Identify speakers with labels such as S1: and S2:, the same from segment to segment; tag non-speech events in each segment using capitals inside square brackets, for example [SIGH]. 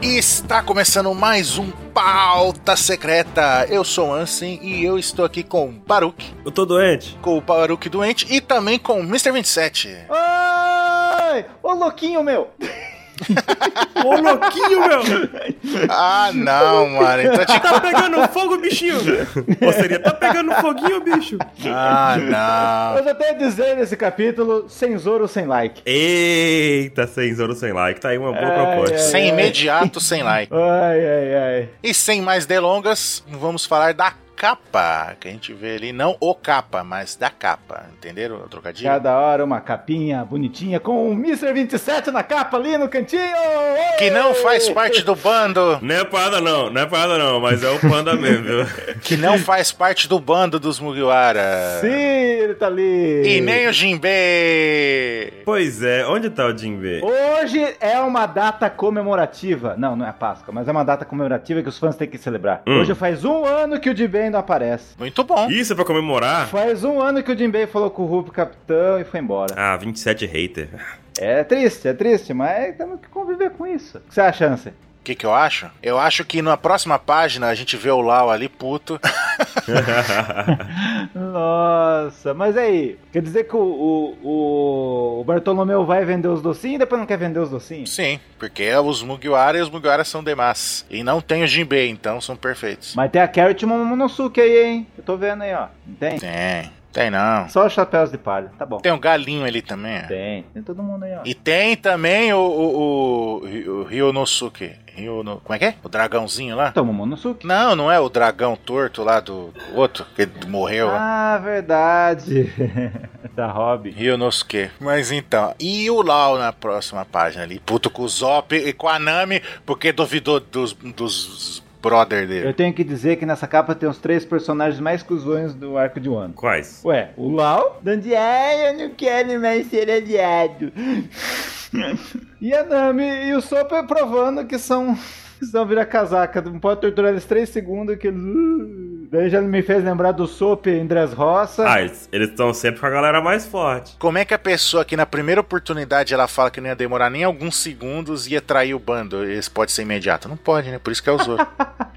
S1: Está começando mais um Pauta Secreta. Eu sou Ansem e eu estou aqui com Baruch,
S2: Eu tô doente.
S1: com o Baruch doente e também com o Mr. 27.
S3: Oi! Ô louquinho meu!
S2: Ô, louquinho, meu!
S1: Ah, não, mano. Então tinha que-
S2: Tá pegando fogo, bichinho! Ou seria, tá pegando foguinho, bicho?
S1: Ah, não.
S3: Eu já tenho a dizer nesse capítulo, sem zoro, sem like.
S2: Eita, sem zoro, sem like. Tá aí uma boa
S3: Ai,
S2: proposta.
S1: Sem imediato, sem like.
S3: Ai, ai, ai.
S1: E sem mais delongas, vamos falar da capa que a gente vê ali. Não o capa, mas da capa. Entenderam o trocadilho?
S3: Cada hora uma capinha bonitinha com o Mr. 27 na capa ali no cantinho! Oi!
S1: Que não faz parte do bando.
S2: Não é parada não, não é parada não, mas é o panda mesmo,
S3: [LAUGHS]
S2: viu?
S1: Que não faz parte do bando dos Mugiwara.
S3: Sim, ele tá ali!
S1: E nem o Jinbei.
S2: Pois é, onde tá o Jinbe?
S3: Hoje é uma data comemorativa. Não, não é a Páscoa, mas é uma data comemorativa que os fãs têm que celebrar.
S2: Hum.
S3: Hoje faz um ano que o Jinbei não aparece.
S1: Muito bom.
S2: Isso é pra comemorar?
S3: Faz um ano que o Jinbei falou com o Rupi capitão e foi embora.
S2: Ah, 27 hater. [LAUGHS]
S3: É triste, é triste, mas temos que conviver com isso. O que você acha, Ansem?
S1: O que, que eu acho? Eu acho que na próxima página a gente vê o Lau ali puto.
S3: Nossa, mas aí, quer dizer que o, o- o- o Bartolomeu vai vender os docinhos e depois não quer vender os docinhos?
S1: Sim, porque é os Mugiwara e os Mugiwara são demais. E não tem o Jinbei, então são perfeitos.
S3: Mas tem a Carrot Momonosuke aí, hein? Eu tô vendo aí, ó. Não tem?
S1: Tem, tem não.
S3: Só os chapéus de palha, tá bom.
S1: Tem um galinho ali também. ó.
S3: Tem, tem todo mundo aí, ó.
S1: E tem também o, o, o, o Ryonosuke. Ryono, como é que é? O dragãozinho lá?
S3: Então, Momonosuke.
S1: Não, não é o dragão torto lá do outro, que morreu. lá.
S3: Ah, verdade. [LAUGHS] da Robin.
S1: Ryonosuke. Mas então, e o Lau na próxima página ali? Puto com o Zop e com a Nami, porque duvidou dos, dos brother dele.
S3: Eu tenho que dizer que nessa capa tem os três personagens mais cuzões do arco de Wano.
S2: Quais?
S3: Ué, o Lau? Dandy, ai, eu não quero mais ser aliado. [LAUGHS] e a Nami e o Sopa provando que são. que são vira casaca. Não pode torturar eles três segundos que eles. Uh. Daí já me fez lembrar do Sopa em Dress Roça.
S2: Ah, eles estão sempre com a galera mais forte.
S1: Como é que a pessoa que na primeira oportunidade ela fala que não ia demorar nem alguns segundos ia trair o bando? Esse pode ser imediato. Não pode, né? Por isso que é o Zoro.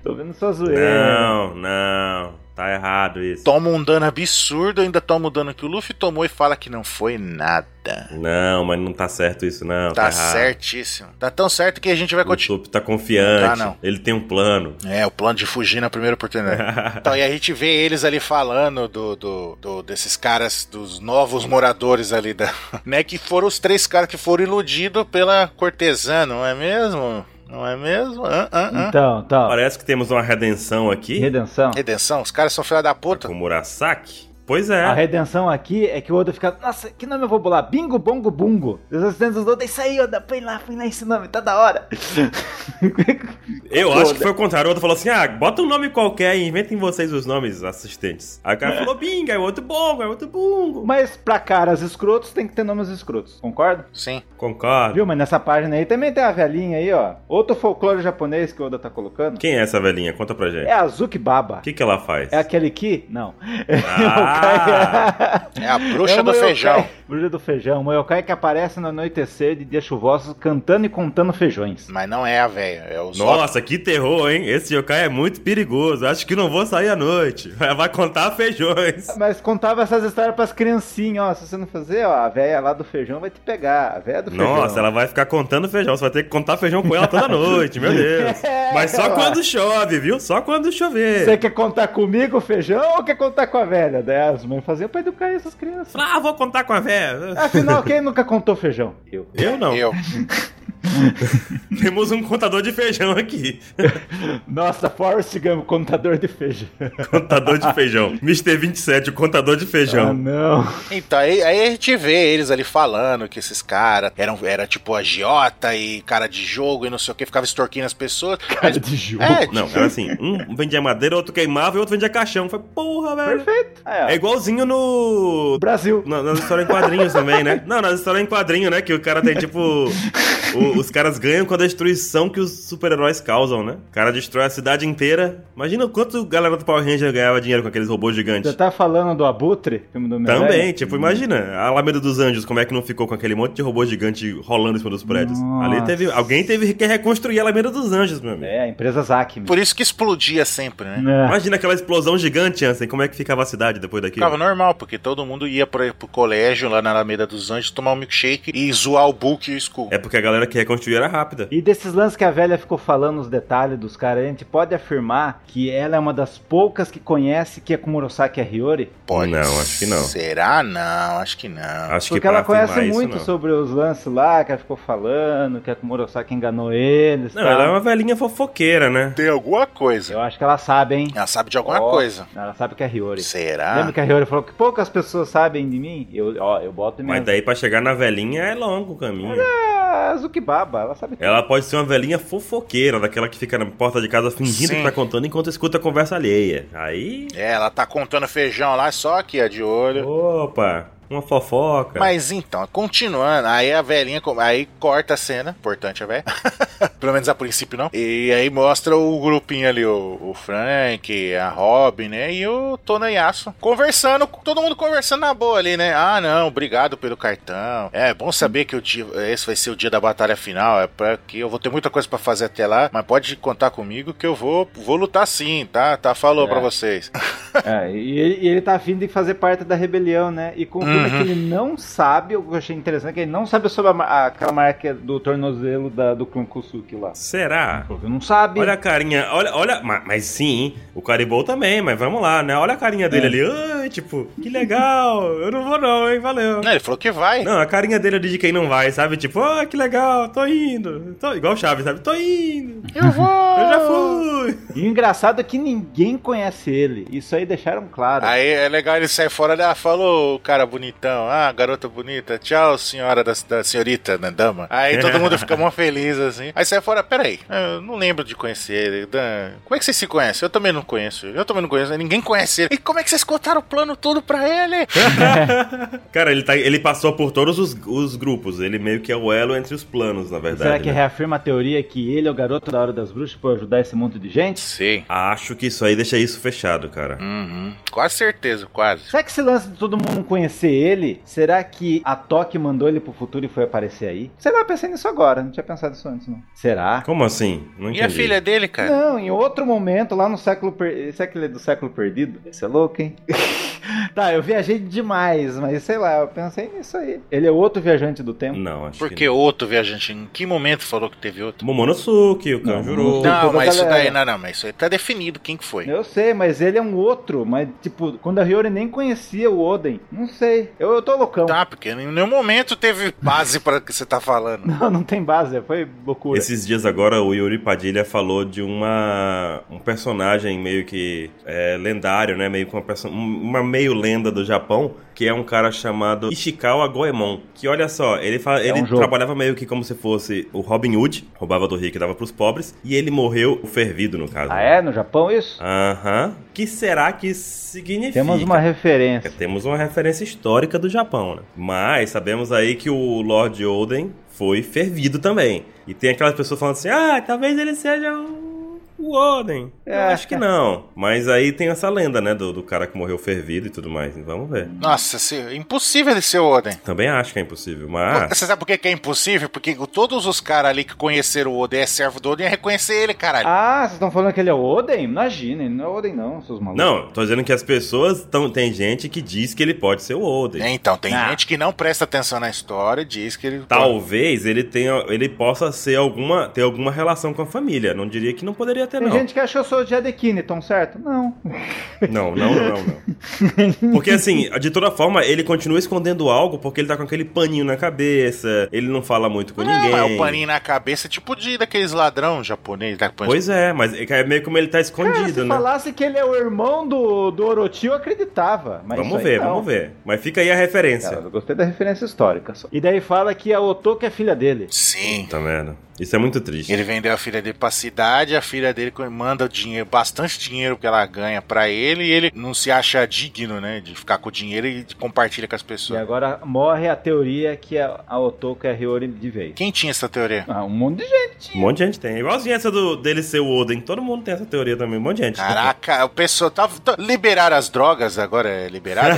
S3: Tô vendo sua zoeira.
S2: Não, não. Tá errado isso.
S1: toma um dano absurdo, ainda toma o dano que o Luffy tomou e fala que não foi nada.
S2: Não, mas não tá certo isso não.
S1: Tá
S2: errado.
S1: certíssimo. Tá tão certo que a gente vai
S2: O
S1: continuar.
S2: Tupi tá confiante.
S3: Ah,
S1: Tá, não.
S2: Ele tem um plano.
S1: É, o plano de fugir na primeira oportunidade.
S3: Ah.
S1: Então, e a gente vê eles ali falando do, do, do- desses caras, dos novos moradores ali da. [LAUGHS] Né, que foram os três caras que foram iludidos pela cortesã, não é mesmo? Não é mesmo? Hã, hã, hã.
S3: Então, então.
S2: Parece que temos uma redenção aqui
S3: Redenção.
S1: Redenção? Os caras são filha da puta?
S2: Tá com o Murasaki. Pois é.
S3: A redenção aqui é que o Oda fica, nossa, que nome eu vou bolar? Bingo Bongo Bungo. Os assistentes do Oda, isso aí, Oda, põe lá, põe lá esse nome, tá da hora. [LAUGHS]
S2: Eu acho que foi o contrário. O outro falou assim: ah, bota um nome qualquer e inventem vocês os nomes assistentes. Aí o cara falou: binga, é outro bongo, é outro bungo.
S3: Mas pra caras escrotos tem que ter nomes escrotos, concorda?
S1: Sim.
S2: Concordo.
S3: Viu, mas nessa página aí também tem a velhinha aí, ó. Outro folclore japonês que o Oda tá colocando.
S2: Quem é essa velhinha? Conta pra gente.
S3: É a Azuki Baba.
S2: O que, que ela faz?
S3: É aquele que? [LAUGHS] é Não.
S2: [LAUGHS] Ah!
S1: É a bruxa
S3: É o
S1: do
S3: yokai-
S1: feijão.
S3: Bruxa do feijão. Uma yokai que aparece no anoitecer de dias chuvosos cantando e contando feijões.
S1: Mas não é a velha, é os outros.
S2: Nossa, que terror, hein? Esse yokai é muito perigoso. Acho que não vou sair à noite. [LAUGHS] Vai contar feijões.
S3: Mas contava essas histórias pras criancinhas, ó. Se você não fazer, ó, a velha lá do feijão vai te pegar. A velha do feijão.
S2: Nossa, ela vai ficar contando feijão. Você vai ter que contar feijão com ela toda noite,
S3: [LAUGHS]
S2: meu Deus.
S3: É,
S2: Mas só
S3: cara.
S2: quando chove, viu? Só quando chover.
S3: Você quer contar comigo, feijão, ou quer contar com a velha? Daí as mães faziam pra educar essas crianças.
S2: Fala, Ah, vou contar com a véia.
S3: Afinal, quem nunca contou feijão? Eu.
S2: Eu não.
S1: Eu.
S2: Temos um contador de feijão aqui.
S3: Nossa, Forrest Gump, contador de feijão.
S2: Contador de
S3: [LAUGHS]
S2: feijão. Mr. 27, o contador de
S3: Ah,
S2: feijão.
S3: não.
S1: Então, aí, aí a gente vê eles ali falando que esses caras eram era tipo agiota e cara de jogo e não sei o que, ficava extorquindo as pessoas.
S3: Cara de jogo.
S1: É,
S2: Não, era assim. Um vendia madeira, outro queimava e outro vendia caixão. Foi porra, velho.
S3: Perfeito. Aí, ó.
S2: É igualzinho no
S3: Brasil.
S2: Na- Nas histórias em quadrinhos também, né? Não, nas histórias em quadrinho, né? Que o cara tem tipo. O, os caras ganham com a destruição que os super-heróis causam, né? O cara destrói a cidade inteira. Imagina o quanto a galera do Power Ranger ganhava dinheiro com aqueles robôs gigantes.
S3: Você tá falando do Abutre, filme do meu
S2: Também, tipo, imagina. A Alameda dos Anjos, como é que não ficou com aquele monte de robô gigante rolando em cima dos prédios?
S3: Nossa.
S2: Ali teve. Alguém teve que reconstruir a Alameda dos Anjos, meu amigo.
S3: É, a empresa Zacme.
S1: Por isso que explodia sempre, né?
S3: É.
S2: Imagina aquela explosão gigante, Ansem. Como é que ficava a cidade depois daquilo?
S1: Ficava normal, porque todo mundo ia pra, pro colégio lá na Alameda dos Anjos tomar um milkshake e zoar o Book e o Skull.
S2: É porque a galera que reconstruiu era rápida.
S3: E desses lances que a velha ficou falando, os detalhes dos caras, a gente pode afirmar que ela é uma das poucas que conhece que é Kumurosaki é Hiyori?
S1: Pode
S2: Não, acho que não.
S1: Será? Não, acho que não.
S2: Acho que
S3: Porque
S2: pra
S3: ela conhece
S2: afirmar isso,
S3: muito
S2: não.
S3: sobre os lances lá, que ela ficou falando, que a Kumurosaki enganou eles.
S2: Não,
S3: tal.
S2: ela é uma velhinha fofoqueira, né?
S1: Tem alguma coisa.
S3: Eu acho que ela sabe, hein?
S2: Ah.
S1: Ela sabe de alguma
S3: Ó,
S1: coisa.
S3: Ela sabe que é Hiyori.
S1: Será?
S3: Lembra que a Hiyori falou que poucas pessoas sabem de mim? Eu, ó, eu boto minha...
S2: Mas daí pra chegar na velhinha é longo o caminho.
S3: Ah, Zukibaba, ela sabe tudo.
S2: Ela pode ser uma velhinha fofoqueira, daquela que fica na porta de casa fingindo
S1: Sim.
S2: que tá contando enquanto escuta a conversa alheia. Aí.
S1: É, ela tá contando feijão lá, só aqui, ó, de olho.
S2: Opa, uma fofoca.
S1: Mas então, continuando, aí a velhinha, co- aí corta a cena, importante a velha, [LAUGHS] pelo menos a princípio não, e aí mostra o grupinho ali, o, o Frank, a Robin, né, e o Tonayasu conversando, todo mundo conversando na boa ali, né, ah não, obrigado pelo cartão, é bom saber que o dia, esse vai ser o dia da batalha final, é pra que eu vou ter muita coisa pra fazer até lá, mas pode contar comigo que eu vou, vou lutar sim, tá, tá, falou
S3: É.
S1: pra vocês.
S3: É, e, ele, e ele tá afim de fazer parte da rebelião, né? E confirma
S1: Uhum.
S3: que ele não sabe, o que eu achei interessante, que ele não sabe sobre a ma- aquela marca do tornozelo da, do Kunkusuki lá.
S2: Será?
S3: Ele não sabe.
S2: Olha a carinha, olha, olha, ma- mas, sim, o Caribou também, mas vamos lá, né? Olha a carinha dele
S3: É.
S2: ali, ai, tipo, que legal, eu não vou não, hein, valeu.
S1: Não, ele falou que vai.
S2: Não, a carinha dele ali de quem não vai, sabe? Tipo, ah, que legal, tô indo. Tô... Igual o Chaves, sabe? Tô indo,
S1: Eu vou!
S2: eu já fui.
S3: E o engraçado é que ninguém conhece ele. Isso aí deixaram
S2: Ah,
S3: claro.
S1: Aí é legal ele sair fora, né? Ah, falou o cara bonitão, ah, garota bonita, tchau, senhora da, da senhorita, né, dama. [LAUGHS] Aí todo mundo fica mó feliz, assim. Aí sai fora, peraí, eu não lembro de conhecer ele. Dan, Como é que vocês se conhecem? Eu também não conheço ele, eu também não conheço, ninguém conhece ele. E como é que vocês contaram o plano todo pra [LAUGHS] ele?
S2: Cara, ele, tá, ele passou por todos os, os grupos, ele meio que é o elo entre os planos, na verdade.
S3: Será que é
S2: né?
S3: reafirma a teoria que ele é o garoto da hora das bruxas por ajudar esse monte de gente?
S1: Sim.
S2: Acho que isso aí deixa isso fechado,
S3: Hum.
S2: cara.
S1: Uhum. Quase certeza, quase.
S3: Será que esse lance de todo mundo conhecer ele? Será que a Toque mandou ele pro futuro e foi aparecer aí? Sei lá, eu pensei nisso agora, não tinha pensado nisso antes, não. Será?
S2: Como assim? Não entendi.
S1: E a filha dele,
S2: É.
S1: cara?
S3: Não, em outro momento, lá no século perdido. Será que ele é do século perdido? Você é louco, hein? [LAUGHS] tá, eu viajei demais, mas sei lá, eu pensei nisso aí. Ele é outro viajante do tempo.
S2: Não, acho
S1: Por
S2: que
S1: que outro viajante? Em que momento falou que teve outro?
S2: não. Momonosuke, o Kanjuro.
S3: Não,
S1: Não,
S3: toda
S1: mas isso
S3: galera.
S1: daí, não, não, mas isso aí tá definido quem que foi.
S3: Eu sei, mas ele é um outro. Mas, tipo, quando a Hiyori nem conhecia o Oden. Não sei. Eu, eu tô loucão.
S1: Tá, porque em nenhum momento teve base para o que você tá falando.
S3: Não, não tem base. Foi loucura.
S2: Esses dias agora o Yuri Padilha falou de uma um personagem meio que é, lendário, né? Meio com uma, perso- um- uma meio lenda do Japão, que é um cara chamado Ishikawa Goemon. Que olha só, ele fa- ele
S3: um jogo.
S2: trabalhava meio que como se fosse o Robin Hood, roubava do rico e dava pros pobres, e ele morreu fervido no caso.
S3: Ah, é? No Japão isso?
S2: Aham. O Que será que significa?
S3: Temos uma
S2: É,
S3: referência.
S2: temos uma referência histórica do Japão, né? Mas sabemos aí que o Lord Oden foi fervido também. E tem aquelas pessoas falando assim: ah, talvez ele seja o, o Oden. Eu
S3: É.
S2: acho que não. Mas aí tem essa lenda, né? Do, do cara que morreu fervido e tudo mais. Vamos ver.
S1: Nossa, se- impossível ele ser o Oden.
S2: Também acho que é impossível, mas.
S1: Você sabe por que, que é impossível? Porque todos os caras ali que conheceram o Oden é servo do Oden é reconhecer ele, caralho.
S3: Ah, vocês estão falando que ele é o Oden? Imagina, ele não é o Oden, não, seus malucos.
S2: Não, tô dizendo que as pessoas. Tão, tem gente que diz que ele pode ser o Oden.
S1: Então, tem
S3: Ah.
S1: gente que não presta atenção na história e diz que ele.
S2: Tá Talvez ele tenha, ele possa ser alguma, ter alguma relação com a família. Não diria que não poderia ter,
S3: Tem
S2: não.
S3: gente que acha que eu sou o Jadekine, tão certo? Não.
S2: Não, não, não, não. Porque assim, de toda forma, ele continua escondendo algo porque ele tá com aquele paninho na cabeça, ele não fala muito com
S1: Não,
S2: ninguém.
S1: é o paninho na cabeça, tipo de daqueles ladrão japonês. Da...
S2: Pois é, mas é meio como ele tá
S3: Cara,
S2: escondido,
S3: se
S2: né?
S3: falasse que ele é o irmão do, do Orochi, eu acreditava. Mas
S2: vamos ver, vamos ver. Mas fica aí a referência.
S3: Cara, eu gostei da referência histórica só. E daí fala que a Otoko é filha dele.
S1: Sim.
S2: Puta merda. Isso é muito triste.
S1: Ele vendeu a filha dele pra cidade, a filha dele manda o dinheiro, bastante dinheiro que ela ganha pra ele, e ele não se acha digno, né? De ficar com o dinheiro e compartilha com as
S3: E
S1: pessoas.
S3: agora morre a teoria que a, a Otoko é a Hiyori de vez.
S1: Quem tinha essa teoria?
S3: Ah, um monte de gente.
S2: Um monte de gente tem. Igualzinho essa do, dele ser o Oden. Todo mundo tem essa teoria também. Um monte de gente.
S1: Caraca, o pessoal tá, tá- liberaram as drogas agora, é
S2: [LAUGHS]
S1: liberado?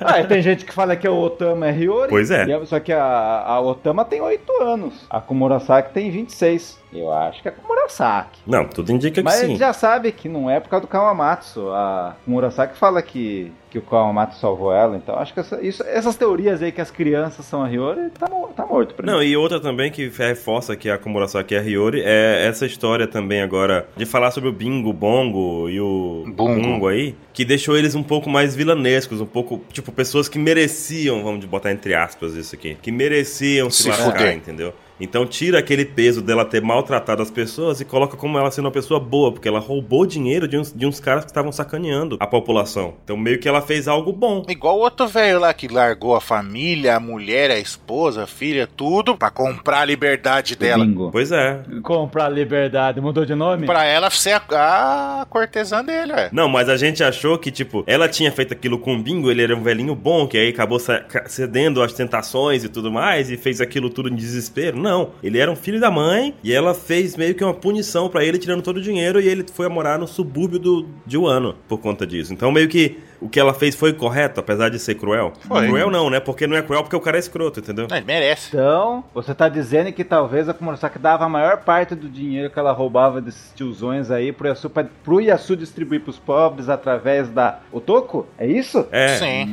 S3: Ah, e tem gente que fala que a Otama é Hiyori.
S2: Pois é.
S3: E a- Só que a, a Otama tem 8 anos. A Kumurasaki tem 26. Eu acho que é a Kumurasaki.
S2: [LAUGHS] Não, tudo indica que
S3: Mas a
S2: sim.
S3: gente já sabe que não é por causa do Kawamatsu. A Murasaki fala que, que o Kawamatsu salvou ela, então acho que essa- isso- essas teorias aí que as crianças são a Hiyori, tá, mo- tá morto pra mim.
S2: Não, e outra também que reforça que a Komurasaki é a Hiyori é essa história também agora de falar sobre o Bingo, Bongo e o
S1: Bungo.
S2: aí, que deixou eles um pouco mais vilanescos, um pouco, tipo, pessoas que mereciam, vamos botar entre aspas isso aqui, que mereciam se,
S1: Se
S2: lascar,
S1: fuder.
S2: entendeu? Então tira aquele peso dela ter maltratado as pessoas e coloca como ela sendo uma pessoa boa, porque ela roubou dinheiro de uns, de uns caras que estavam sacaneando a população. Então meio que ela fez algo bom.
S1: Igual o outro velho lá que largou a família, a mulher, a esposa, a filha, tudo, pra comprar a liberdade dela.
S3: Bingo.
S2: Pois é,
S3: Comprar liberdade, mudou de nome?
S1: Pra ela ser a, a cortesã dele, ué.
S2: Não, mas a gente achou que, tipo, ela tinha feito aquilo com o Bingo, ele era um velhinho bom, que aí acabou sa- ca- cedendo às tentações e tudo mais, e fez aquilo tudo em desespero. Não, ele era um filho da mãe, e ela fez meio que uma punição pra ele, tirando todo o dinheiro, e ele foi morar no subúrbio do, de Wano por conta disso. Então, meio que o que ela fez foi correto, apesar de ser cruel.
S1: Foi.
S2: Cruel não, né? Porque não é cruel porque o cara é escroto, entendeu?
S1: Não, ele merece.
S3: Então, você tá dizendo que talvez a Kumurasaki dava a maior parte do dinheiro que ela roubava desses tiozões aí pro Yasu, pra, pro Yasu distribuir pros pobres através da Otoko? É isso?
S2: É.
S1: Sim.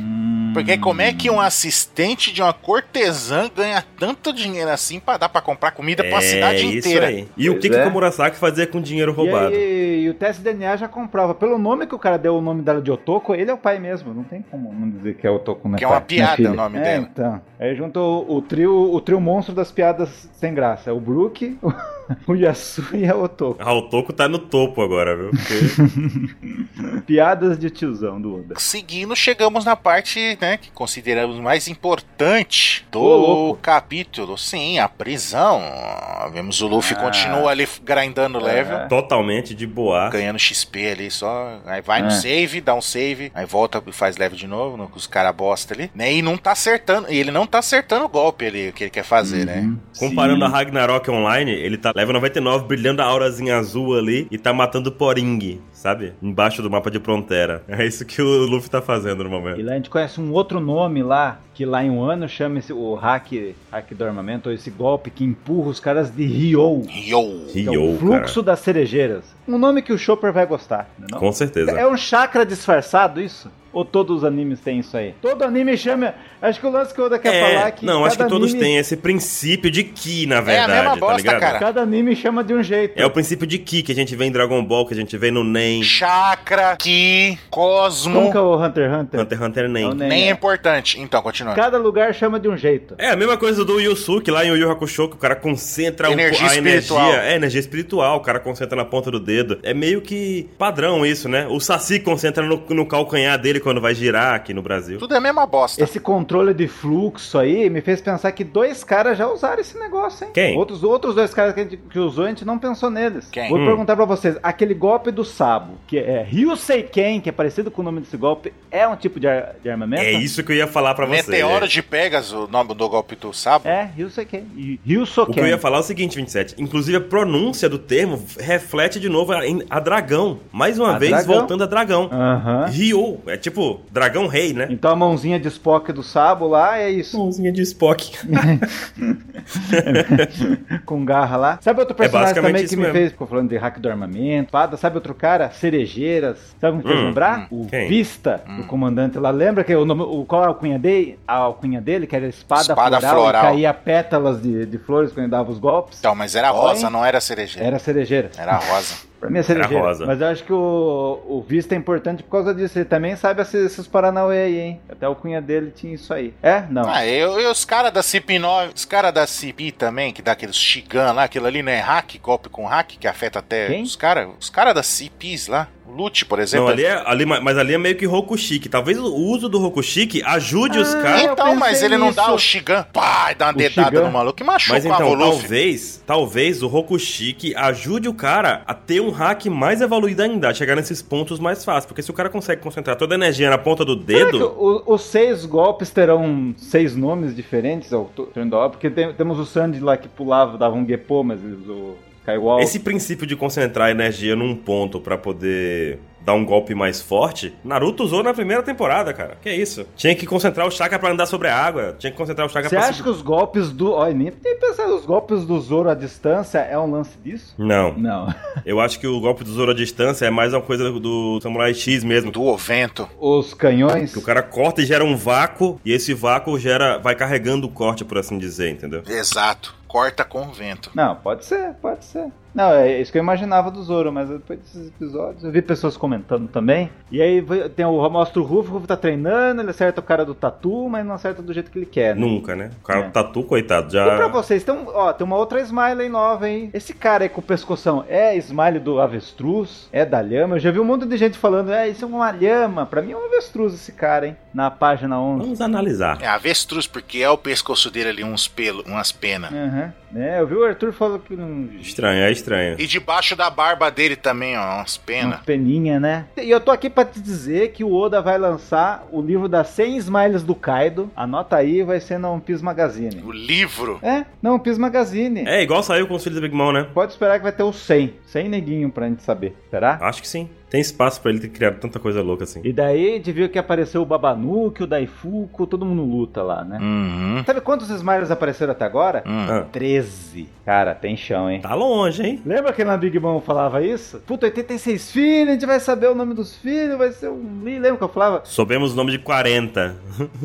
S1: Porque como é que um assistente de uma cortesã ganha tanto dinheiro assim pra dar pra comprar comida pra uma cidade
S2: É isso
S1: inteira?
S2: aí. E o
S3: Pois
S2: que, que
S3: é.
S2: o Murasaki fazia com
S1: é
S2: dinheiro roubado?
S3: E, aí, e o teste de DNA já comprova. Pelo nome que o cara deu o nome dela de Otoko, ele é o pai mesmo. Não tem como não dizer que é Otoko, né?
S1: Que é uma
S3: pai? Minha
S1: piada
S3: filha.
S1: o nome
S3: é,
S1: dela.
S3: Então. Aí juntou o, o trio, o trio monstro das piadas sem graça. É O Brook, [LAUGHS] o Yasu e a Otoko.
S2: Ah, o Toco tá no topo agora,
S3: [LAUGHS]
S2: viu? Porque...
S3: Piadas de tiozão do Oda.
S1: Seguindo, chegamos na parte né, que consideramos mais importante do
S3: Ô, louco.
S1: capítulo. Sim, a prisão. Vemos o Luffy
S3: Ah.
S1: continua ali grindando o level.
S3: É.
S2: Totalmente de boa.
S1: Ganhando XP ali só. Aí vai
S3: É.
S1: no save, dá um save, aí volta e faz level de novo, no, com os caras bosta ali. Né? E não tá acertando. E ele não tá acertando o golpe ali que ele quer fazer, né?
S3: Uhum.
S2: Comparando
S3: Sim.
S2: a Ragnarok Online, ele tá level 99, brilhando a aurazinha azul ali e tá matando o Poring, sabe? Embaixo do mapa de Prontera. [LAUGHS] É isso que o Luffy tá fazendo no
S3: E
S2: momento.
S3: lá a gente conhece um outro nome lá, que lá em um ano chama esse, o hack, hack do armamento, ou esse golpe que empurra os caras de Ryo.
S1: Yo!
S3: que é o
S2: Ryo, cara.
S3: fluxo das cerejeiras. Um nome que o Chopper vai gostar, não é não?
S2: Com certeza.
S3: É um chakra disfarçado isso? Ou todos os animes têm isso aí? Todo anime chama. Acho que o lance que o Oda quer
S2: É,
S3: falar é que.
S2: não,
S3: cada
S2: acho que todos
S3: anime,
S2: têm esse princípio de Ki, na
S1: É a mesma
S2: verdade, tá
S1: bosta,
S2: ligado?
S1: cara.
S3: Cada anime chama de um jeito.
S2: É o princípio de Ki que a gente vê em Dragon Ball, que a gente vê no Nen,
S1: Chakra, Ki, Cosmo.
S3: Como que é o Hunter x Hunter?
S2: um Hunter x Hunter
S3: É o
S2: Nen.
S3: Nen.
S1: Nem é importante. Então, continua.
S3: Cada lugar chama de um jeito.
S2: É a mesma coisa do Yusuke lá em Yu Yu Hakusho, que o cara concentra o-
S1: Energia
S2: a
S1: espiritual.
S2: energia. É, energia espiritual, o cara concentra na ponta do dedo. É meio que padrão isso, né? O Saci concentra no, no calcanhar dele quando vai girar aqui no Brasil.
S1: Tudo é a mesma
S2: Tá.
S1: bosta.
S3: Esse controle de fluxo aí me fez pensar que dois caras já usaram esse negócio, hein?
S2: Quem?
S3: Outros, outros dois caras que a gente que usou, a gente não pensou neles.
S1: Quem?
S3: Vou
S2: Hum.
S3: perguntar pra vocês: aquele golpe do Sabo, que é Ryuseiken, que é parecido com o nome desse golpe, é um tipo de, ar- de armamento?
S2: É isso que eu ia falar pra você. é.
S1: Meteoro é de Pegas, o nome do golpe do Sabo.
S3: É, Ryuseiken. E
S2: O que eu
S3: Ryusoken.
S2: ia falar é o seguinte, 27. Inclusive, a pronúncia do termo reflete de novo a, a dragão. Mais uma
S3: A
S2: vez,
S3: dragão?
S2: voltando a dragão.
S3: Aham.
S2: Ryu. É tipo, dragão rei, né?
S3: Então a mãozinha de Spock do Sabo lá é isso.
S2: Mãozinha Então, de Spock.
S3: Com garra lá. Sabe outro personagem
S2: É basicamente
S3: também que
S2: isso
S3: me
S2: mesmo.
S3: fez. Ficou falando de hack do armamento, fada. Sabe outro cara? Cerejeiras. Sabe o que me fez
S2: Hum,
S3: lembrar? o
S2: quem? Hum.
S3: Vista, o comandante lá. Lembra que o nome, o, qual é a alcunha dele? A alcunha dele, que era espada,
S1: Espada
S3: floral,
S1: floral.
S3: E caía pétalas de, de flores quando ele dava os golpes.
S1: Então, mas era rosa, não era cerejeira.
S3: Era cerejeira.
S1: Era rosa.
S3: Pra mim é cerejeira.
S2: rosa.
S3: Mas eu acho que o, o Vista é importante por causa disso. Ele também sabe esses, esses Paranauê aí, hein? Até a alcunha dele tinha isso aí. É? [LAUGHS] Não.
S1: Ah, eu, eu- os caras da CP9, os caras da CP também, que dá aqueles né? Shigan lá, aquilo ali não é hack, golpe com hack, que afeta até
S3: Quem?
S1: os caras. Os caras da CPs lá. Lute, por exemplo.
S2: Não, ali é, ali, mas ali é meio que Rokushiki. Talvez o uso do Rokushiki ajude os
S3: Ah,
S2: caras.
S3: eu
S1: Então, mas
S3: pensei
S1: ele não
S3: nisso.
S1: dá o Shigan, pá, e dá uma
S3: O
S1: dedada
S3: Shigan.
S1: no maluco e machuca
S2: Mas então,
S1: o Luffy.
S2: talvez, talvez o Rokushiki ajude o cara a ter um hack mais evoluído ainda, a chegar nesses pontos mais fáceis. Porque se o cara consegue concentrar toda a energia na ponta do
S3: Será que
S2: dedo.
S3: o- os seis golpes terão seis nomes diferentes ao to- turno da obra? Porque tem- temos o Sandy lá que pulava, dava um Gepô, mas ele usou Kaiwall.
S2: Esse princípio de concentrar energia num ponto pra poder dar um golpe mais forte, Naruto usou na primeira temporada, cara. Que isso? Tinha que concentrar o chakra pra andar sobre a água, tinha que concentrar o chakra
S3: Você
S2: pra
S3: acha que os golpes do. Olha, nem tem pensado, os golpes do Zoro à distância é um lance disso?
S2: Não,
S3: Não.
S2: eu acho que o golpe do Zoro à distância é mais uma coisa do- do Samurai X mesmo.
S1: Do ovento.
S3: Os canhões.
S2: Que o cara corta e gera um vácuo, e esse vácuo gera, vai carregando o corte, por assim dizer, entendeu?
S1: Exato. Corta com o vento.
S3: Não, pode ser, pode ser. Não, é isso que eu imaginava do Zoro, mas depois desses episódios eu vi pessoas comentando também. E aí vai- tem o mostra o Ruff, o Ruff tá treinando, ele acerta o cara do tatu, mas não acerta do jeito que ele quer. né?
S2: Nunca, né? O cara
S3: É.
S2: tatu, coitado,
S3: E pra
S2: já.
S3: vocês, tem, um- ó, tem uma outra Smiley nova, hein? Esse cara aí com o pescoção é Smiley do avestruz? É da lhama? Eu já vi um monte de gente falando, é, isso é uma lhama. Pra mim é um avestruz esse cara, hein? Na página 11.
S2: Vamos analisar.
S1: É avestruz, porque é o pescoço dele ali, uns pelo, umas penas.
S3: Aham. É, eu vi o Arthur falando que não...
S2: Estranho, é estranho.
S1: E debaixo da barba dele também, ó, umas
S3: Uma
S1: penas.
S3: peninha, né? E eu tô aqui pra te dizer que o Oda vai lançar o livro das 100 Smiles do Kaido. Anota aí, vai ser na One Piece Magazine.
S1: O livro.
S3: É, na One Piece Magazine.
S2: É igual saiu com os filhos do Big Mom, né?
S3: Pode esperar que vai ter os 100. 100 neguinho pra gente saber. Será?
S2: Acho que sim. Tem espaço pra ele ter criado tanta coisa louca assim.
S3: E daí a gente viu que apareceu o Babanuke, o Daifuku, todo mundo luta lá, né?
S1: Uhum.
S3: Sabe quantos Smiles apareceram até agora?
S1: Hum.
S2: Ah,
S3: 13. Cara, tem chão, hein?
S2: tá longe, hein?
S3: Lembra que na Big Mom eu falava isso? Puta, 86 filhos, a gente vai saber o nome dos filhos, vai ser um... li- Lembra que eu falava?
S2: Soubemos o nome de 40.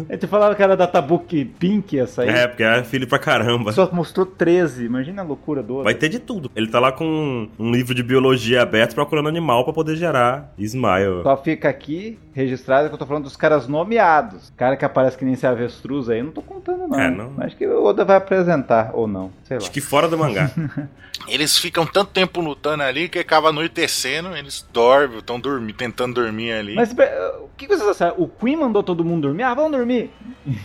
S3: A gente falava que era da Tabuki Pink essa aí.
S2: É, porque é filho pra caramba.
S3: Só mostrou 13, imagina a loucura do outro.
S2: Vai ter de tudo. Ele tá lá com um livro de biologia aberto procurando animal pra poder gerar Smile.
S3: Só fica aqui registrado que eu tô falando dos caras nomeados. Cara que aparece que nem esse avestruz aí, eu não tô contando não.
S2: É, não.
S3: Acho que o Oda vai apresentar, ou não, sei lá.
S2: Acho que fora do mangá.
S1: Eles ficam tanto tempo lutando ali que acaba anoitecendo, eles dormem, estão dormindo, tentando dormir ali.
S3: Mas pera, o que vocês acharam? O Queen mandou todo mundo dormir? Ah, vamos dormir.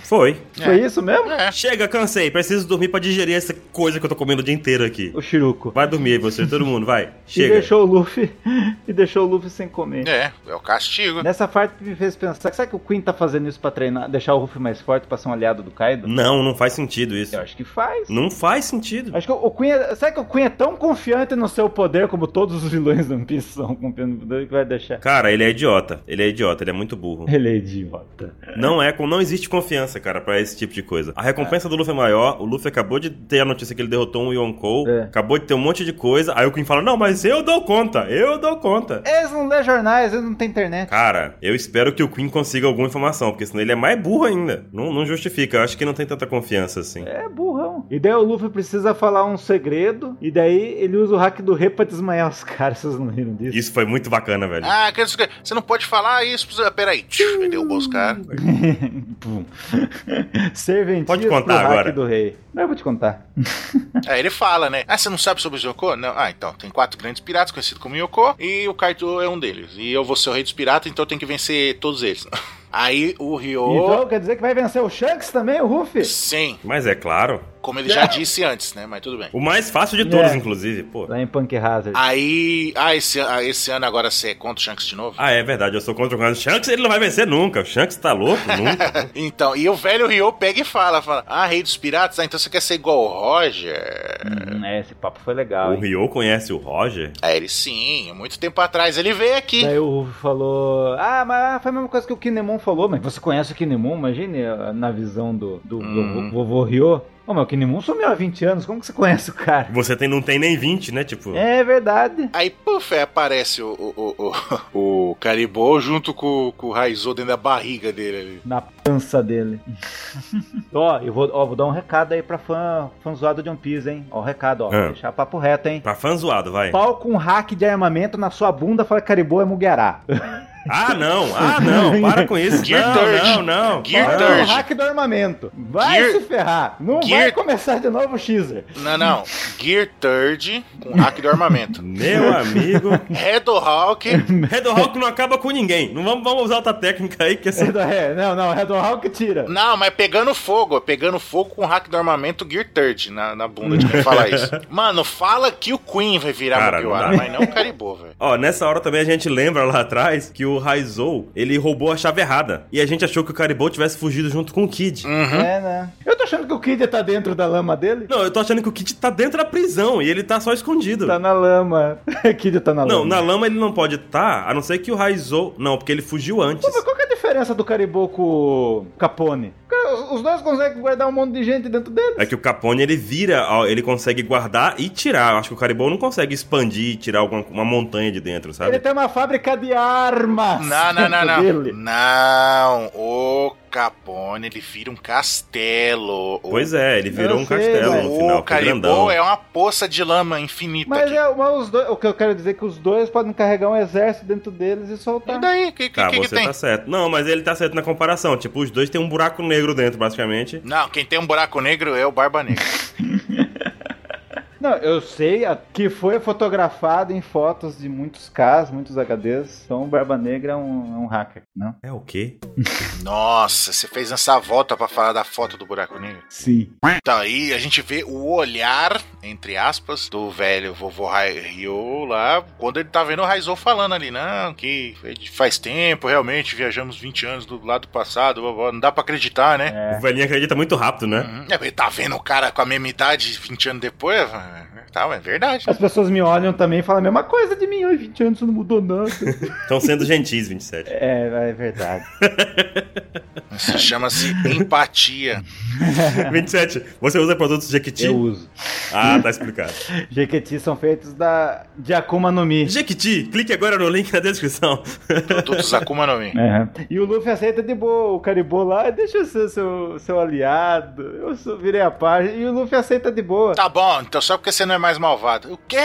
S2: Foi.
S1: É.
S3: Foi isso mesmo?
S1: É.
S2: Chega, cansei. Preciso dormir pra digerir essa coisa que eu tô comendo o dia inteiro aqui.
S3: O Shiruko.
S2: Vai dormir aí você, todo mundo, vai.
S3: [LAUGHS] E
S2: Chega.
S3: deixou o Luffy. [LAUGHS] e deixou o Luffy sem comer.
S1: É, é o castigo.
S3: Nessa parte que me fez pensar, será que o Queen tá fazendo isso pra treinar, deixar o Luffy mais forte pra ser um aliado do Kaido?
S2: Não, não faz sentido isso.
S3: Eu acho que faz.
S2: Não faz sentido.
S3: Acho que o Queen é... Será que o Queen é tão confiante no seu poder como todos os vilões do One Piece são confiantes no poder que vai deixar?
S2: Cara, ele é idiota. Ele é idiota, ele é muito
S3: [LAUGHS]
S2: burro.
S3: Ele é idiota.
S2: Não é, com- não existe confiança, cara, pra esse tipo de coisa. A recompensa do Luffy é maior. O Luffy acabou de ter a notícia que ele derrotou um Yonkou.
S3: É.
S2: Acabou de ter um monte de coisa. Aí o Queen fala: Não, mas eu dou conta, eu dou conta.
S3: Eles não lê jornais, eles não têm internet.
S2: Cara, eu espero que o Queen consiga alguma informação, porque senão ele é mais burro ainda. Não, não justifica, eu acho que não tem tanta confiança assim.
S3: É burrão. E daí o Luffy precisa falar um segredo, e daí ele usa o hack do rei pra desmaiar os [LAUGHS] caras, vocês não riram disso?
S2: Isso foi muito bacana, velho.
S1: Ah, quer dizer que você não pode falar isso. precisa- Peraí, tchiu, deu os caras.
S3: Pum. Serventias
S2: Pode contar
S3: pro hack
S2: agora.
S3: do rei. Não, eu vou te contar.
S1: Aí ele fala, né? Ah, você não sabe sobre os Yoko? Não. Ah, então, tem quatro grandes piratas conhecidos como Yoko e o Kaito é um deles. E eu vou ser o rei dos piratas, então eu tenho que vencer todos eles. [LAUGHS] Aí o Ryo.
S3: Então quer dizer que vai vencer o Shanks também, o Ruffy?
S1: Sim,
S2: Mas é claro.
S1: como ele já disse antes, né? Mas tudo bem.
S2: O mais fácil de todos,
S3: É.
S2: inclusive, pô.
S3: Lá em Punk Hazard.
S1: Aí. Ah, esse, ah, esse ano agora você é contra o Shanks de novo?
S2: Ah, é verdade, eu sou contra o Shanks. Shanks ele não vai vencer nunca. O Shanks tá louco,
S1: [LAUGHS]
S2: nunca.
S1: Então, e o velho Ryo pega e fala, fala, ah, rei dos piratas, ah, então você quer ser igual o Roger?
S3: Hum, é, esse papo foi
S2: o
S3: legal, hein?
S2: Ryo conhece o Roger?
S1: Aí ele, sim, há muito tempo atrás ele veio aqui.
S3: Daí o Ruffy falou, ah, mas foi a mesma coisa que o Kinemon falou, mas você conhece o Kinemon? Imagine ah, na visão do, do
S1: Hum.
S3: vovô, vovô Ryo. Ô, meu, o Kinemon sumiu há 20 anos, como que você conhece o cara?
S2: Você tem, não tem nem 20, né? Tipo.
S3: É verdade.
S1: Aí, puf, aí aparece o, o, o, o, [LAUGHS] o Caribou junto com, com o Raizou dentro da barriga dele ali.
S3: Na pança dele. ó, eu vou, ó, vou dar um recado aí pra fã, fã zoado de One Piece, hein? Ó, o recado, ó.
S2: Ah.
S3: Deixar papo reto, hein?
S2: Pra tá fã zoado, vai.
S3: Pau com hack de armamento na sua bunda, fala que caribou é Mugiará.
S2: Ah, não! Ah, não! Para com isso!
S1: Gear
S2: não, não,
S1: Third.
S2: não!
S1: Gear
S2: para.
S3: Olha o
S1: Third.
S3: hack do armamento. Vai
S1: Gear-
S3: se ferrar. Não vai
S1: Gear-
S3: começar de novo o Xer.
S1: Não, não. Gear Third com hack do armamento.
S2: Meu amigo!
S1: Redo Hawk.
S2: Red Hawk não acaba com ninguém. Não vamos, vamos usar outra técnica aí que essa.
S3: [LAUGHS] É, Não, não, é do Hulk tira.
S1: Não, mas pegando fogo. ó, Pegando fogo com hack do armamento Gear Third na, na bunda de quem falar
S2: [LAUGHS]
S1: isso. Mano, fala que o Queen vai virar
S2: Cara,
S1: Mugiwara,
S2: não dá.
S1: mas não o Caribou, velho.
S2: Ó, nessa hora também a gente lembra lá atrás que o Raizou, ele roubou a chave errada. E a gente achou que o Caribou tivesse fugido junto com o Kid.
S1: Uhum.
S3: É, né? Eu tô achando que o Kid tá dentro da lama dele.
S2: Não, eu tô achando que o Kid tá dentro da prisão e ele tá só escondido.
S3: Tá na lama. [LAUGHS] Kid tá na lama.
S2: Não, na lama ele não pode estar, a não ser que o Raizou. Não, porque ele fugiu antes.
S3: Pô, mas qual que é a diferença do Caribou com o Capone? Cara, Os dois conseguem guardar um monte de gente dentro dele.
S2: É que o Capone ele vira, ó, ele consegue guardar e tirar. Acho que o Caribou não consegue expandir e tirar alguma, uma montanha de dentro,
S3: Ele
S2: sabe?
S3: tem uma fábrica de armas.
S1: Não, não, não,
S3: dentro
S1: não.
S3: dele.
S1: Não, o Capone, ele vira um castelo. O-
S2: Pois é, ele virou
S3: Eu
S2: um
S3: sei,
S2: castelo no final,
S1: O
S2: que
S1: Caribou
S2: grandão.
S1: é uma poça de lama infinita.
S3: Mas,
S1: aqui.
S3: é, mas os dois, o que eu quero dizer é que os dois podem carregar um exército dentro deles e soltar.
S1: E daí? O que, que,
S2: Tá,
S1: que, que
S2: você
S1: tem?
S2: tá certo. Não, mas ele tá certo na comparação. Tipo, os dois têm um buraco negro dentro, basicamente.
S1: Não, quem tem um buraco negro é o Barba
S2: [LAUGHS]
S1: Negra.
S3: Não, eu sei a- que foi fotografado em fotos de muitos Ks, muitos HDs. Então o Barba Negra é um, é um hacker, não?
S2: É o quê?
S1: Nossa, você fez essa volta pra falar da foto do buraco negro?
S3: Sim.
S1: Tá, aí a gente vê o olhar, entre aspas, do velho vovô Ra- Ryo lá, quando ele tá vendo o Raizou falando ali, não, que faz tempo, realmente, viajamos 20 anos do lado passado, blá, blá, não dá pra acreditar, né?
S2: O velhinho acredita muito rápido, né?
S1: Hum, ele tá vendo o cara com a mesma idade 20 anos depois? ah, Tá, é verdade.
S3: As pessoas me olham também e falam a mesma coisa de mim. Oi, 20 anos, você não mudou nada.
S1: Hum.
S2: Estão sendo gentis,
S3: [LAUGHS]
S2: 27.
S3: é, é verdade.
S1: Isso chama-se empatia.
S2: 27, você usa produtos Jequiti?
S3: É. Eu uso.
S2: Ah, tá explicado.
S3: Jequiti são feitos da, de Akuma no Mi.
S2: Jequiti, clique agora no link na descrição.
S1: Produtos Akuma no Mi.
S3: E o Luffy aceita de boa o Caribou lá, deixa eu ser seu, seu aliado, eu sou- virei a página. E o Luffy aceita de boa.
S1: Tá bom, então só porque você não é mais malvado. O quê?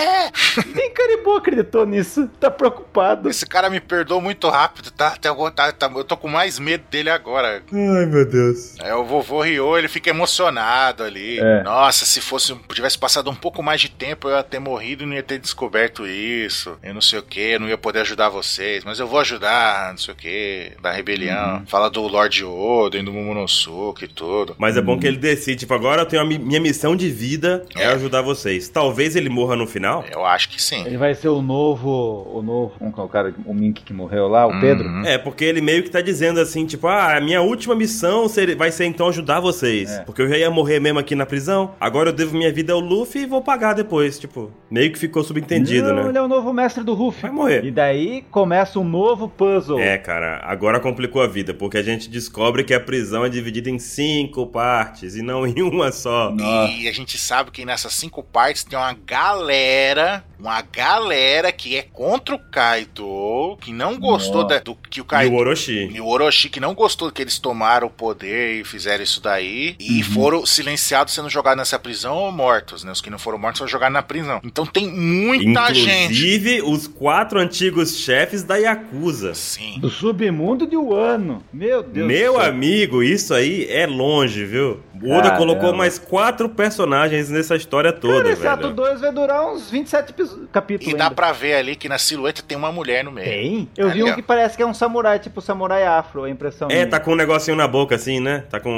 S3: Nem Caribou acreditou nisso, tá preocupado.
S1: Esse cara me perdoou muito rápido, tá? Até agora, tá, tá- eu tô com mais medo dele agora.
S2: Ai, meu Deus.
S1: É, o vovô Ryo, ele fica emocionado ali.
S3: É.
S1: Nossa, se fosse tivesse passado um pouco mais de tempo, eu ia ter morrido e não ia ter descoberto isso. Eu não sei o que, eu não ia poder ajudar vocês, mas eu vou ajudar, não sei o que, da rebelião.
S3: Uhum.
S1: Fala do Lord Oden, do Momonosuke e tudo.
S2: Mas é bom que ele decide, tipo, agora eu tenho a mi- minha missão de vida é ajudar vocês. Talvez ele morra no final.
S1: Eu acho que sim.
S3: Ele vai ser o novo, o novo, como que é o cara, o Mink que morreu lá, o Pedro.
S1: Uhum.
S2: É, porque ele meio que tá dizendo assim, tipo, ah, a minha última missão ser- vai ser então ajudar vocês.
S3: É.
S2: Porque eu já ia morrer mesmo aqui na prisão, agora eu devo minha vida ao Luffy e vou pagar depois, tipo. Meio que ficou subentendido,
S3: Não,
S2: né?
S3: ele é o novo mestre do Ruffy.
S2: Vai morrer.
S3: E daí começa um novo puzzle.
S2: É, cara, agora complicou a vida, porque a gente descobre que a prisão é dividida em cinco partes e não em uma só.
S1: E a gente sabe que nessas cinco partes tem uma galera, uma galera que é contra o Kaido, que não gostou
S3: Nossa.
S1: da- do que o
S2: E o
S1: Kaido.
S2: Orochi.
S1: E o Orochi que não gostou que eles tomaram o poder e fizeram isso daí. E
S2: Uhum.
S1: foram silenciados sendo jogados nessa prisão ou mortos, né? Os que não foram mortos foram jogados na prisão. Então tem muita gente.
S2: Inclusive os quatro antigos chefes da Yakuza.
S1: Sim.
S3: Do submundo de Wano. Meu Deus
S2: Meu
S3: do céu.
S2: amigo, isso aí é longe, viu? O Oda
S3: Caramba.
S2: colocou mais quatro personagens nessa história
S3: Cara,
S2: toda,
S3: esse ato
S2: velho.
S3: 2 vai durar uns 27 episo- capítulos
S1: E dá
S3: ainda.
S1: pra ver ali que na silhueta tem uma mulher no
S2: É.
S1: meio.
S3: Tem? Eu
S1: Ah,
S3: vi um
S1: legal.
S3: que parece que é um samurai, tipo samurai afro, a impressão
S2: É,
S3: minha.
S2: tá com um negocinho na boca, assim, né? Tá com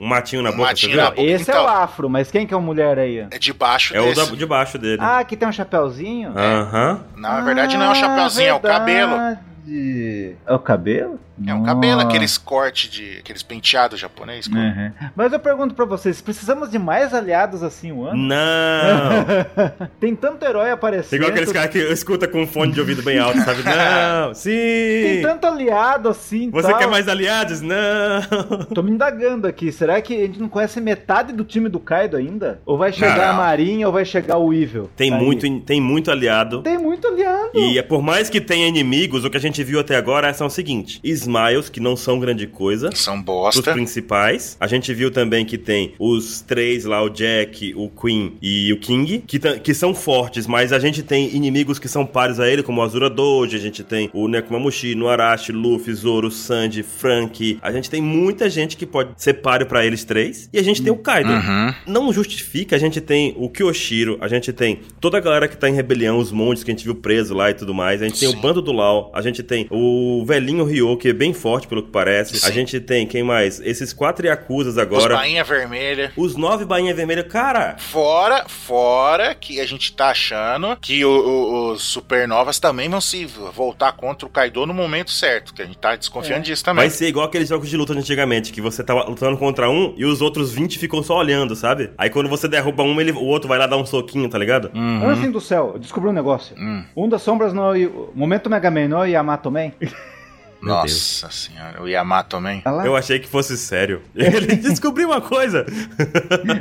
S2: um matinho na
S1: Um
S2: boca,
S1: matinho
S2: você
S1: na
S2: viu?
S3: Não,
S1: boca.
S3: esse é
S1: Então.
S3: o afro, mas quem que é o mulher aí?
S1: É debaixo
S2: É o
S1: desse.
S2: da, de baixo dele.
S3: Ah, que tem um chapéuzinho?
S2: Aham.
S1: Na verdade,
S2: Ah,
S1: não é o chapéuzinho, é o cabelo.
S3: cabelo. É o cabelo?
S1: É um cabelo,
S3: Nossa.
S1: aqueles cortes de. aqueles penteados japonês. como-
S2: É.
S3: Uhum. Mas eu pergunto pra vocês, precisamos de mais aliados assim o ano?
S2: Não!
S3: [LAUGHS] tem tanto herói aparecendo.
S2: Igual aqueles caras que escuta com um fone de ouvido bem alto,
S3: [LAUGHS]
S2: sabe? Não!
S3: Tem
S2: Sim!
S3: tanto aliado assim.
S2: Você
S3: tal.
S2: quer mais aliados? Não!
S3: Tô me indagando aqui. Será que a gente não conhece metade do time do Kaido ainda? Ou vai chegar
S1: Não.
S3: a Marinha ou vai chegar o Evil?
S2: Tem
S3: Tá Aí.
S2: muito, tem muito aliado.
S3: Tem muito aliado.
S2: é E por mais que tenha inimigos, o que a gente viu até agora são o seguinte: Smiles, que não são grande coisa.
S1: São
S2: Os
S1: bosta.
S2: principais. A gente viu também que tem os três lá, o Jack, o Queen e o King, que, ta- que são fortes, mas a gente tem inimigos que são pares a ele, como o Azura Doji, a gente tem o Nekomamushi, Noarashi, Luffy, Zoro, Sanji, Frank. A gente tem muita gente que pode ser páreo pra eles três. E a gente tem o Kaido
S1: Uhum.
S2: não justifica, a gente tem o Kyoshiro, a gente tem toda a galera que tá em rebelião, os montes que a gente viu preso lá e tudo mais, a gente tem
S1: Sim.
S2: o bando do Lau, a gente tem o velhinho Ryo, que é bem forte pelo que parece, a
S1: Sim.
S2: gente tem, quem mais? Esses quatro Yakuzas
S1: Os
S2: agora,
S1: bainha vermelha.
S2: os, nove bainha vermelha, cara,
S1: Fora, fora que a gente tá achando que o- o- os supernovas também vão se voltar contra o Kaido no momento certo, que a gente tá desconfiando disso também.
S2: vai ser igual aqueles jogos de luta de antigamente, que você tava lutando contra um e os outros 20 ficam só olhando, sabe? Aí quando você derruba um, ele, o outro vai lá dar um soquinho, tá ligado?
S1: Uhum.
S3: Olha assim do céu, eu descobri um negócio.
S1: Hum.
S3: Um das sombras no Yu- Momento Mega Man no Yamato Man.
S2: Meu
S1: Nossa senhora, o Yamato também.
S3: Olha lá.
S2: Eu achei que fosse sério. [LAUGHS] Ele descobriu uma coisa.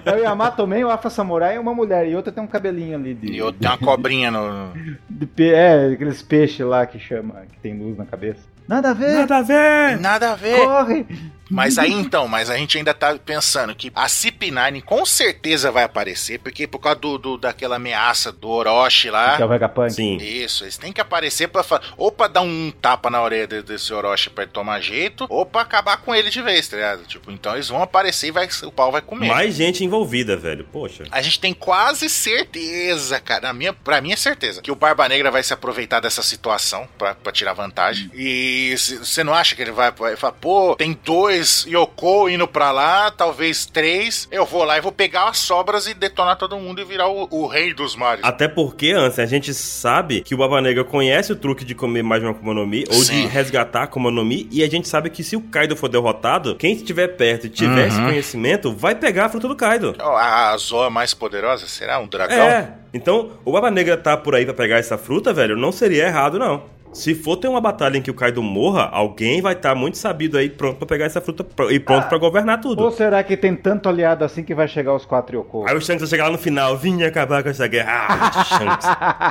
S3: É o Yamato Man, o Afro Samurai e uma mulher. E outra tem um cabelinho ali de.
S1: E eu tenho uma cobrinha no.
S3: de pe- É, aqueles peixes lá que chama, que tem luz na cabeça. Nada a ver,
S2: Nada a ver!
S1: Nada a ver.
S3: corre!
S1: Mas aí então, mas a gente ainda tá pensando que a CP9 com certeza vai aparecer, porque por causa do, do- daquela ameaça do Orochi lá.
S3: Que é o Vegapunk.
S2: Ah, Sim.
S1: Isso, eles têm que aparecer pra fa- ou pra dar um tapa na orelha de- desse Orochi pra ele tomar jeito, ou pra acabar com ele de vez, tá ligado? Tipo, então eles vão aparecer e vai, o pau vai comer.
S2: Mais gente envolvida, velho. Poxa.
S1: A gente tem quase certeza, cara. Na minha, pra mim é certeza. Que o Barba Negra vai se aproveitar dessa situação pra, pra tirar vantagem. E você não acha que ele vai. vai falar, pô, tem dois Yoko indo pra lá, talvez três. Eu vou lá e vou pegar as sobras e detonar todo mundo e virar o, o rei dos mares.
S2: Até porque, Ansem, a gente sabe que o Baba Negra conhece o truque de comer mais de uma Akuma no Mi, ou
S1: Sim.
S2: de resgatar a Akuma no Mi, e a gente sabe que se o Kaido for derrotado, quem estiver perto e tiver esse
S1: Uhum.
S2: conhecimento, vai pegar a fruta do Kaido.
S1: Ó, A, a Zoa mais poderosa será um dragão?
S2: É. Então, o Baba Negra tá por aí pra pegar essa fruta, velho, não seria errado, não. Se for ter uma batalha em que o Kaido morra, alguém vai estar muito sabido aí, pronto pra pegar essa fruta pr- e pronto pra governar tudo.
S3: Ou será que tem tanto aliado assim que vai chegar os quatro Yoko? [LAUGHS]
S2: Aí o Shanks vai chegar lá no final, vim acabar com essa guerra. Ah, [LAUGHS] Shanks.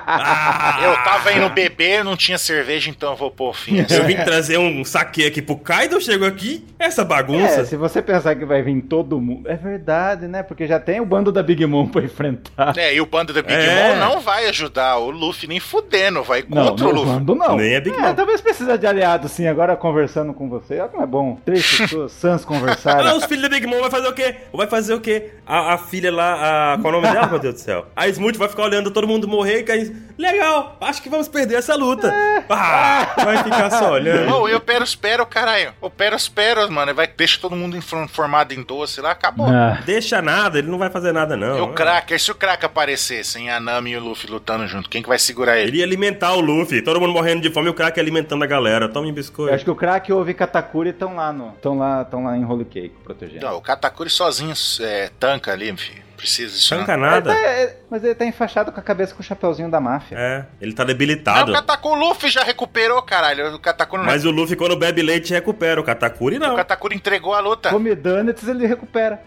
S2: Ah!
S1: Eu tava indo beber, não tinha cerveja, então eu vou pôr fim a essa
S2: [LAUGHS] Eu vim
S1: guerra.
S2: trazer um saque aqui pro Kaido, chego aqui, essa
S3: É,
S2: bagunça.
S3: se você pensar que vai vir todo mundo. É verdade, né? Porque já tem o bando da Big Mom pra enfrentar.
S1: É, e o bando da Big
S2: É.
S1: Mom não vai ajudar o Luffy nem fudendo, vai
S3: Não,
S1: contra
S3: não,
S1: o Luffy.
S3: bando não.
S2: Nem é Big Mom.
S3: talvez precisa de aliado, sim. Agora conversando com você, olha como é bom.
S2: [LAUGHS]
S3: Três pessoas, Sans
S2: Ah, não,
S3: conversaram.
S2: os filhos da Big Mom vai fazer o quê? Vai fazer o quê? A, a filha lá, a... qual é o nome dela, meu Deus do céu? A Smooth vai ficar olhando todo mundo morrer e cair. Legal, acho que vamos perder essa luta.
S3: É.
S2: Ah, vai ficar só olhando.
S1: Ô, eu pero, espero, caralho. Eu pero, espero, mano. Vai, deixa todo mundo infor- formado em doce lá, acabou.
S3: Ah,
S2: Deixa nada, ele não vai fazer nada, não.
S1: E o Cracker, se o Cracker aparecer sem a Nami e o Luffy lutando junto, quem que vai segurar ele?
S2: Ele ia alimentar o Luffy, todo mundo morrendo de fome e o Crack alimentando a galera. Tome
S3: eu
S2: biscoito.
S3: acho que o Crack ouve Katakuri estão lá no. Estão lá, tão lá em Holy Cake protegendo.
S1: Não, o Katakuri sozinho é, tanca ali, filho. Precisa disso. não.
S2: Tanca nada.
S3: É, é, mas ele tá enfaixado com a cabeça com o chapeuzinho da máfia.
S2: É, ele tá
S1: Não,
S2: debilitado.
S1: o Katakuri, o Luffy já recuperou, caralho. O Katakuri não. é-
S2: Mas o Luffy, quando bebe leite, recupera. O Katakuri,
S1: O
S2: não.
S1: Katakuri entregou a
S2: É.
S1: luta.
S3: Come donuts, ele recupera.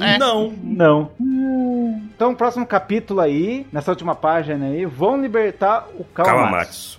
S1: É.
S2: Não.
S3: Não. Então, próximo capítulo aí, nessa última página aí, vão libertar o Kawamatsu.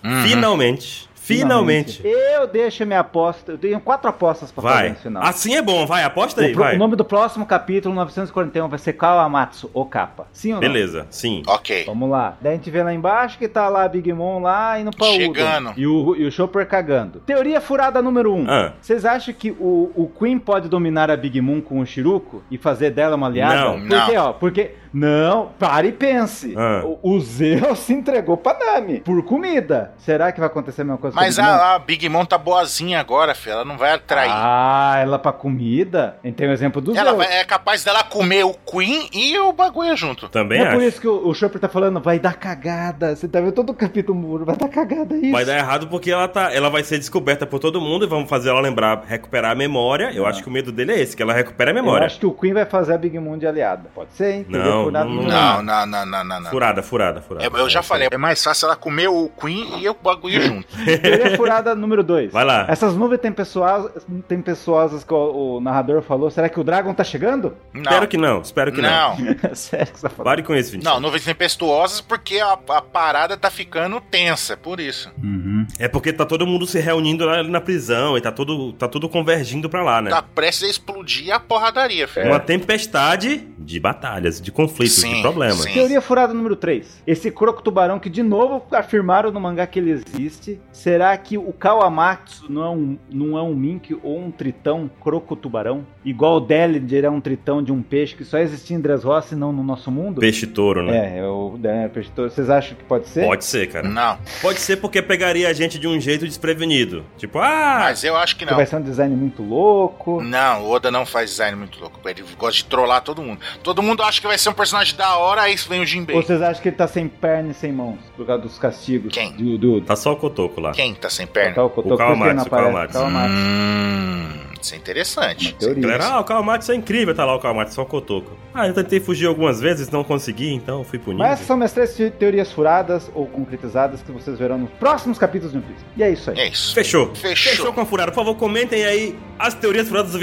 S2: Kawamatsu.
S1: Uhum.
S2: Finalmente. Finalmente.
S3: Eu deixo minha aposta. Eu tenho quatro apostas pra fazer
S2: Vai.
S3: no final.
S2: Assim é bom, vai. Aposta aí,
S3: tá o, pro-
S2: vai.
S3: o nome do próximo capítulo, 941, vai ser Kawamatsu, o capa. Sim ou não?
S2: Beleza, sim.
S1: Ok.
S3: Vamos lá. Daí a gente vê lá embaixo que tá lá a Big Mom lá indo pra Udon.
S1: Chegando.
S3: E o, e o Chopper cagando. Teoria furada número 1. Um.
S2: Ah.
S3: Vocês acham que o, o Queen pode dominar a Big Mom com o Shiruko e fazer dela uma aliada?
S2: Não,
S1: não.
S3: Porque, ó, porque... Não, pare e pense.
S2: Ah.
S3: O, o Zeus [LAUGHS] se entregou pra Nami por comida. Será que vai acontecer a mesma
S2: Tá
S3: coisa
S1: Mas
S3: com a Big Mom?
S1: a, a Big Mom tá boazinha agora, filho. Ela não vai atrair.
S3: Ah, ela pra comida? A gente tem o exemplo do
S1: Ela
S3: Zeus.
S1: vai- é capaz dela comer o Queen e o bagulho junto.
S2: Também
S3: Não é por
S2: acho.
S3: isso que o, o Chopper tá falando, vai dar cagada. Você tá vendo todo o capítulo muro, vai dar cagada é isso.
S2: Vai dar errado porque ela, tá, ela vai ser descoberta por todo mundo e vamos fazer ela lembrar, recuperar a memória. Eu acho que o medo dele é esse, que ela recupera a
S3: Ah. Eu
S2: memória.
S3: acho que o Queen vai fazer a Big Mom de aliada. Pode ser, hein? Teoria
S2: Não,
S3: furada
S2: não,
S3: número um.
S1: Não, não, não, não, não. não.
S2: Furada, furada, furada.
S1: Eu, eu já
S2: É,
S1: falei, é mais fácil ela comer o Queen e o
S2: Hum.
S1: bagulho junto.
S3: Teoria furada número 2.
S2: Vai lá.
S3: Essas nuvens tempestuosas, tempestuosas que o, o narrador falou, será que o Dragon tá chegando? [LAUGHS]
S1: Não,
S2: Espero que não, espero que não.
S1: não.
S3: Sério que você tá falando?
S2: Pare com isso, Vinícius.
S1: Não, nuvens tempestuosas porque a, a parada tá ficando tensa, por isso.
S3: Uhum.
S2: É porque tá todo mundo se reunindo lá na prisão e tá tudo, tá tudo convergindo pra lá, né?
S1: Tá prestes a explodir a porradaria, filho.
S2: Uma tempestade de batalhas, de conflitos, de
S1: Sim,
S2: problemas.
S1: sim.
S3: Teoria furada número 3. Esse croco tubarão que de novo afirmaram no mangá que ele existe. Será que o Kawamatsu não é um, não é um mink ou um tritão croco tubarão? Igual o Delinger é um tritão de um peixe que só existia em Dressrosa e não no nosso mundo?
S2: Peixe touro, né?
S3: É, é o é, peixe todo. Vocês acham que pode ser?
S2: Pode ser, cara.
S1: Não,
S2: Pode ser porque pegaria a gente de um jeito desprevenido. Tipo, ah,
S1: mas eu acho que
S3: Que
S1: não.
S3: vai ser um design muito louco.
S2: Hum,
S1: Não, o Oda não faz design muito louco. Ele gosta de trollar todo mundo. Todo mundo acha que vai ser um personagem da hora, aí vem o Jinbei.
S3: Ou vocês acham que ele tá sem perna e sem mãos por causa dos castigos?
S1: Quem?
S3: Do, do,
S2: tá só o cotoco lá.
S1: Quem tá sem
S3: do
S1: perna?
S3: tal Kotoku,
S2: O
S3: por isso que ele
S2: Kawamatsu,
S3: não
S2: o
S3: aparece?
S2: Kawamatsu.
S3: Kawamatsu.
S1: Hum, isso é interessante.
S3: Uma teoria.
S2: Galera, ah, o Kawamatsu é incrível, tá lá o Kawamatsu, só o cotoco. Ah, eu tentei fugir algumas vezes, não consegui, então fui punido.
S3: Mas essas são minhas três te- teorias furadas ou concretizadas que vocês verão nos próximos capítulos de One Piece. E é isso aí.
S1: É isso.
S2: Fechou.
S1: Fechou.
S2: com a furada. Por favor, comentem aí as teorias furadas do
S1: Hum.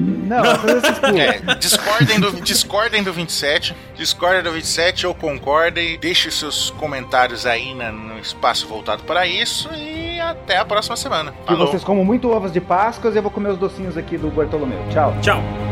S1: [LAUGHS]
S3: Não, essas vocês pulam.
S1: É, discordem, do, discordem do 27, discordem do 27 ou concordem, deixe os seus comentários aí na- no espaço voltado para isso e até a próxima semana.
S3: Que
S1: Falou!
S3: vocês comam muito ovos de Páscoa e eu vou comer os docinhos aqui do Bartolomeu. Tchau.
S2: Tchau.